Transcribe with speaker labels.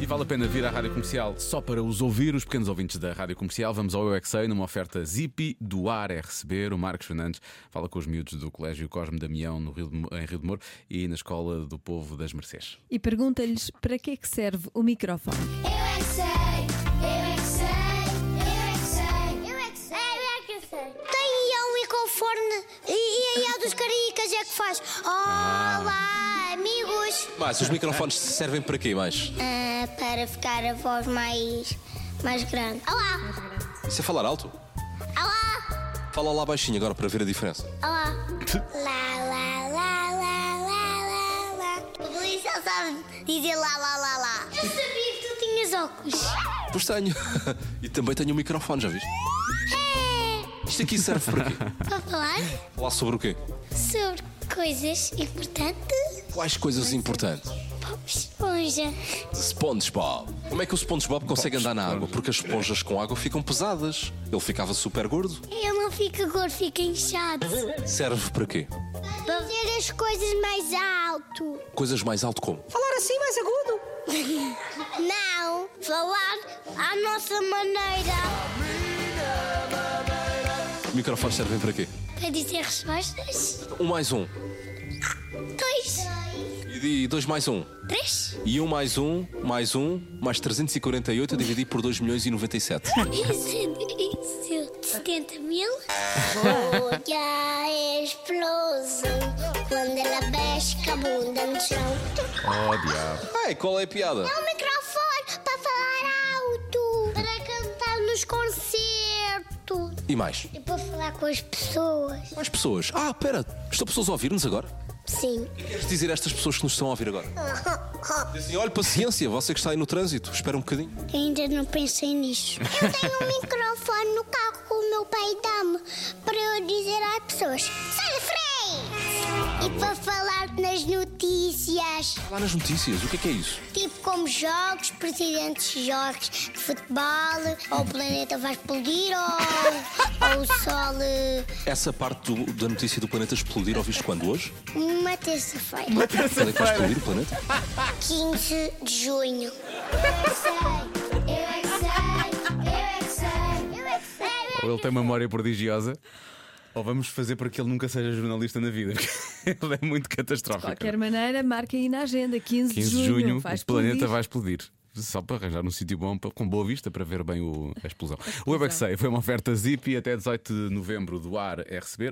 Speaker 1: E vale a pena vir à Rádio Comercial só para os ouvir, os pequenos ouvintes da Rádio Comercial. Vamos ao UXA numa oferta Zipi do ar é receber. O Marcos Fernandes fala com os miúdos do Colégio Cosme Damião no Rio de, Mo- em Rio de Moro e na Escola do Povo das Mercês.
Speaker 2: E pergunta-lhes para que é que serve o microfone.
Speaker 3: Eu é que sei, eu é que sei, eu é que sei, eu é que sei, eu é que sei. Tem aí um microfone e, e aí a dos caricas é que faz. Olá, amigos!
Speaker 4: Mais, os microfones servem para quê mais?
Speaker 3: Ah, para ficar a voz mais, mais grande. Olá!
Speaker 4: Isso é falar alto?
Speaker 3: Olá!
Speaker 4: Fala lá baixinho agora para ver a diferença.
Speaker 3: Olá! Lá, lá, lá, lá, lá, lá, lá. O Luís só sabe dizer lá, lá, lá, lá. Eu sabia que tu tinhas óculos.
Speaker 4: Pois tenho. E também tenho um microfone, já viste?
Speaker 3: É!
Speaker 4: Isto aqui serve para quê?
Speaker 3: Para falar
Speaker 4: Falar sobre o quê?
Speaker 3: sobre coisas importantes.
Speaker 4: Quais coisas importantes?
Speaker 3: Bob Esponja.
Speaker 4: SpongeBob. Como é que o SpongeBob consegue andar na água? Porque as esponjas com água ficam pesadas. Ele ficava super gordo.
Speaker 3: Ele não fica gordo, fica inchado.
Speaker 4: Serve para quê?
Speaker 3: Para dizer as coisas mais alto.
Speaker 4: Coisas mais alto como?
Speaker 5: Falar assim mais agudo.
Speaker 3: Não, falar à nossa maneira.
Speaker 4: Microfones servem para quê?
Speaker 3: Para dizer respostas.
Speaker 4: Um mais um.
Speaker 3: Dois.
Speaker 4: E dois mais um.
Speaker 3: Três.
Speaker 4: E um mais um, mais um, mais 348 eu dividi por 2 milhões e 97.
Speaker 3: Isso, isso. 70 mil. Olha a explosão. Quando ela pesca a bunda no chão.
Speaker 4: Ai, qual é a piada?
Speaker 3: É um microfone para falar alto. Para cantar nos concertos.
Speaker 4: E mais?
Speaker 3: E para falar com as pessoas.
Speaker 4: Mais pessoas. Ah, pera, estão pessoas a ouvir-nos agora? é
Speaker 3: Sim.
Speaker 4: Queres dizer a estas pessoas que nos estão a ouvir agora? Diz Assim, olha, paciência, você que está aí no trânsito, espera um bocadinho.
Speaker 3: Ainda não pensei nisso. Eu tenho um microfone no carro que o meu pai dá-me para eu dizer às pessoas: sai da frente! E para falar nas notícias,
Speaker 4: Lá nas notícias, o que é que é isso?
Speaker 3: tipo como jogos, presidentes de jogos de futebol, ou o planeta vai explodir, ou, ou o sol. eh,
Speaker 4: Essa parte do- da notícia do planeta explodir, ouviste quando hoje?
Speaker 3: Uma terça-feira.
Speaker 4: Quando é que vai explodir o planeta?
Speaker 3: 15 de junho. é Eu é que sei, eu é que sei, eu é que sei.
Speaker 1: Ou ele tem memória prodigiosa, ou vamos fazer para que ele nunca seja jornalista na vida, porque ele é muito
Speaker 2: De qualquer
Speaker 1: catastrófico.
Speaker 2: maneira, marca aí na agenda, 15,
Speaker 1: 15 de junho,
Speaker 2: faz
Speaker 1: o planeta
Speaker 2: explodir.
Speaker 1: vai explodir. Só para arranjar um sítio bom, para- com boa vista, para ver bem o- a explosão. O Webexei foi uma oferta zip e até 18 de novembro do ar é receber.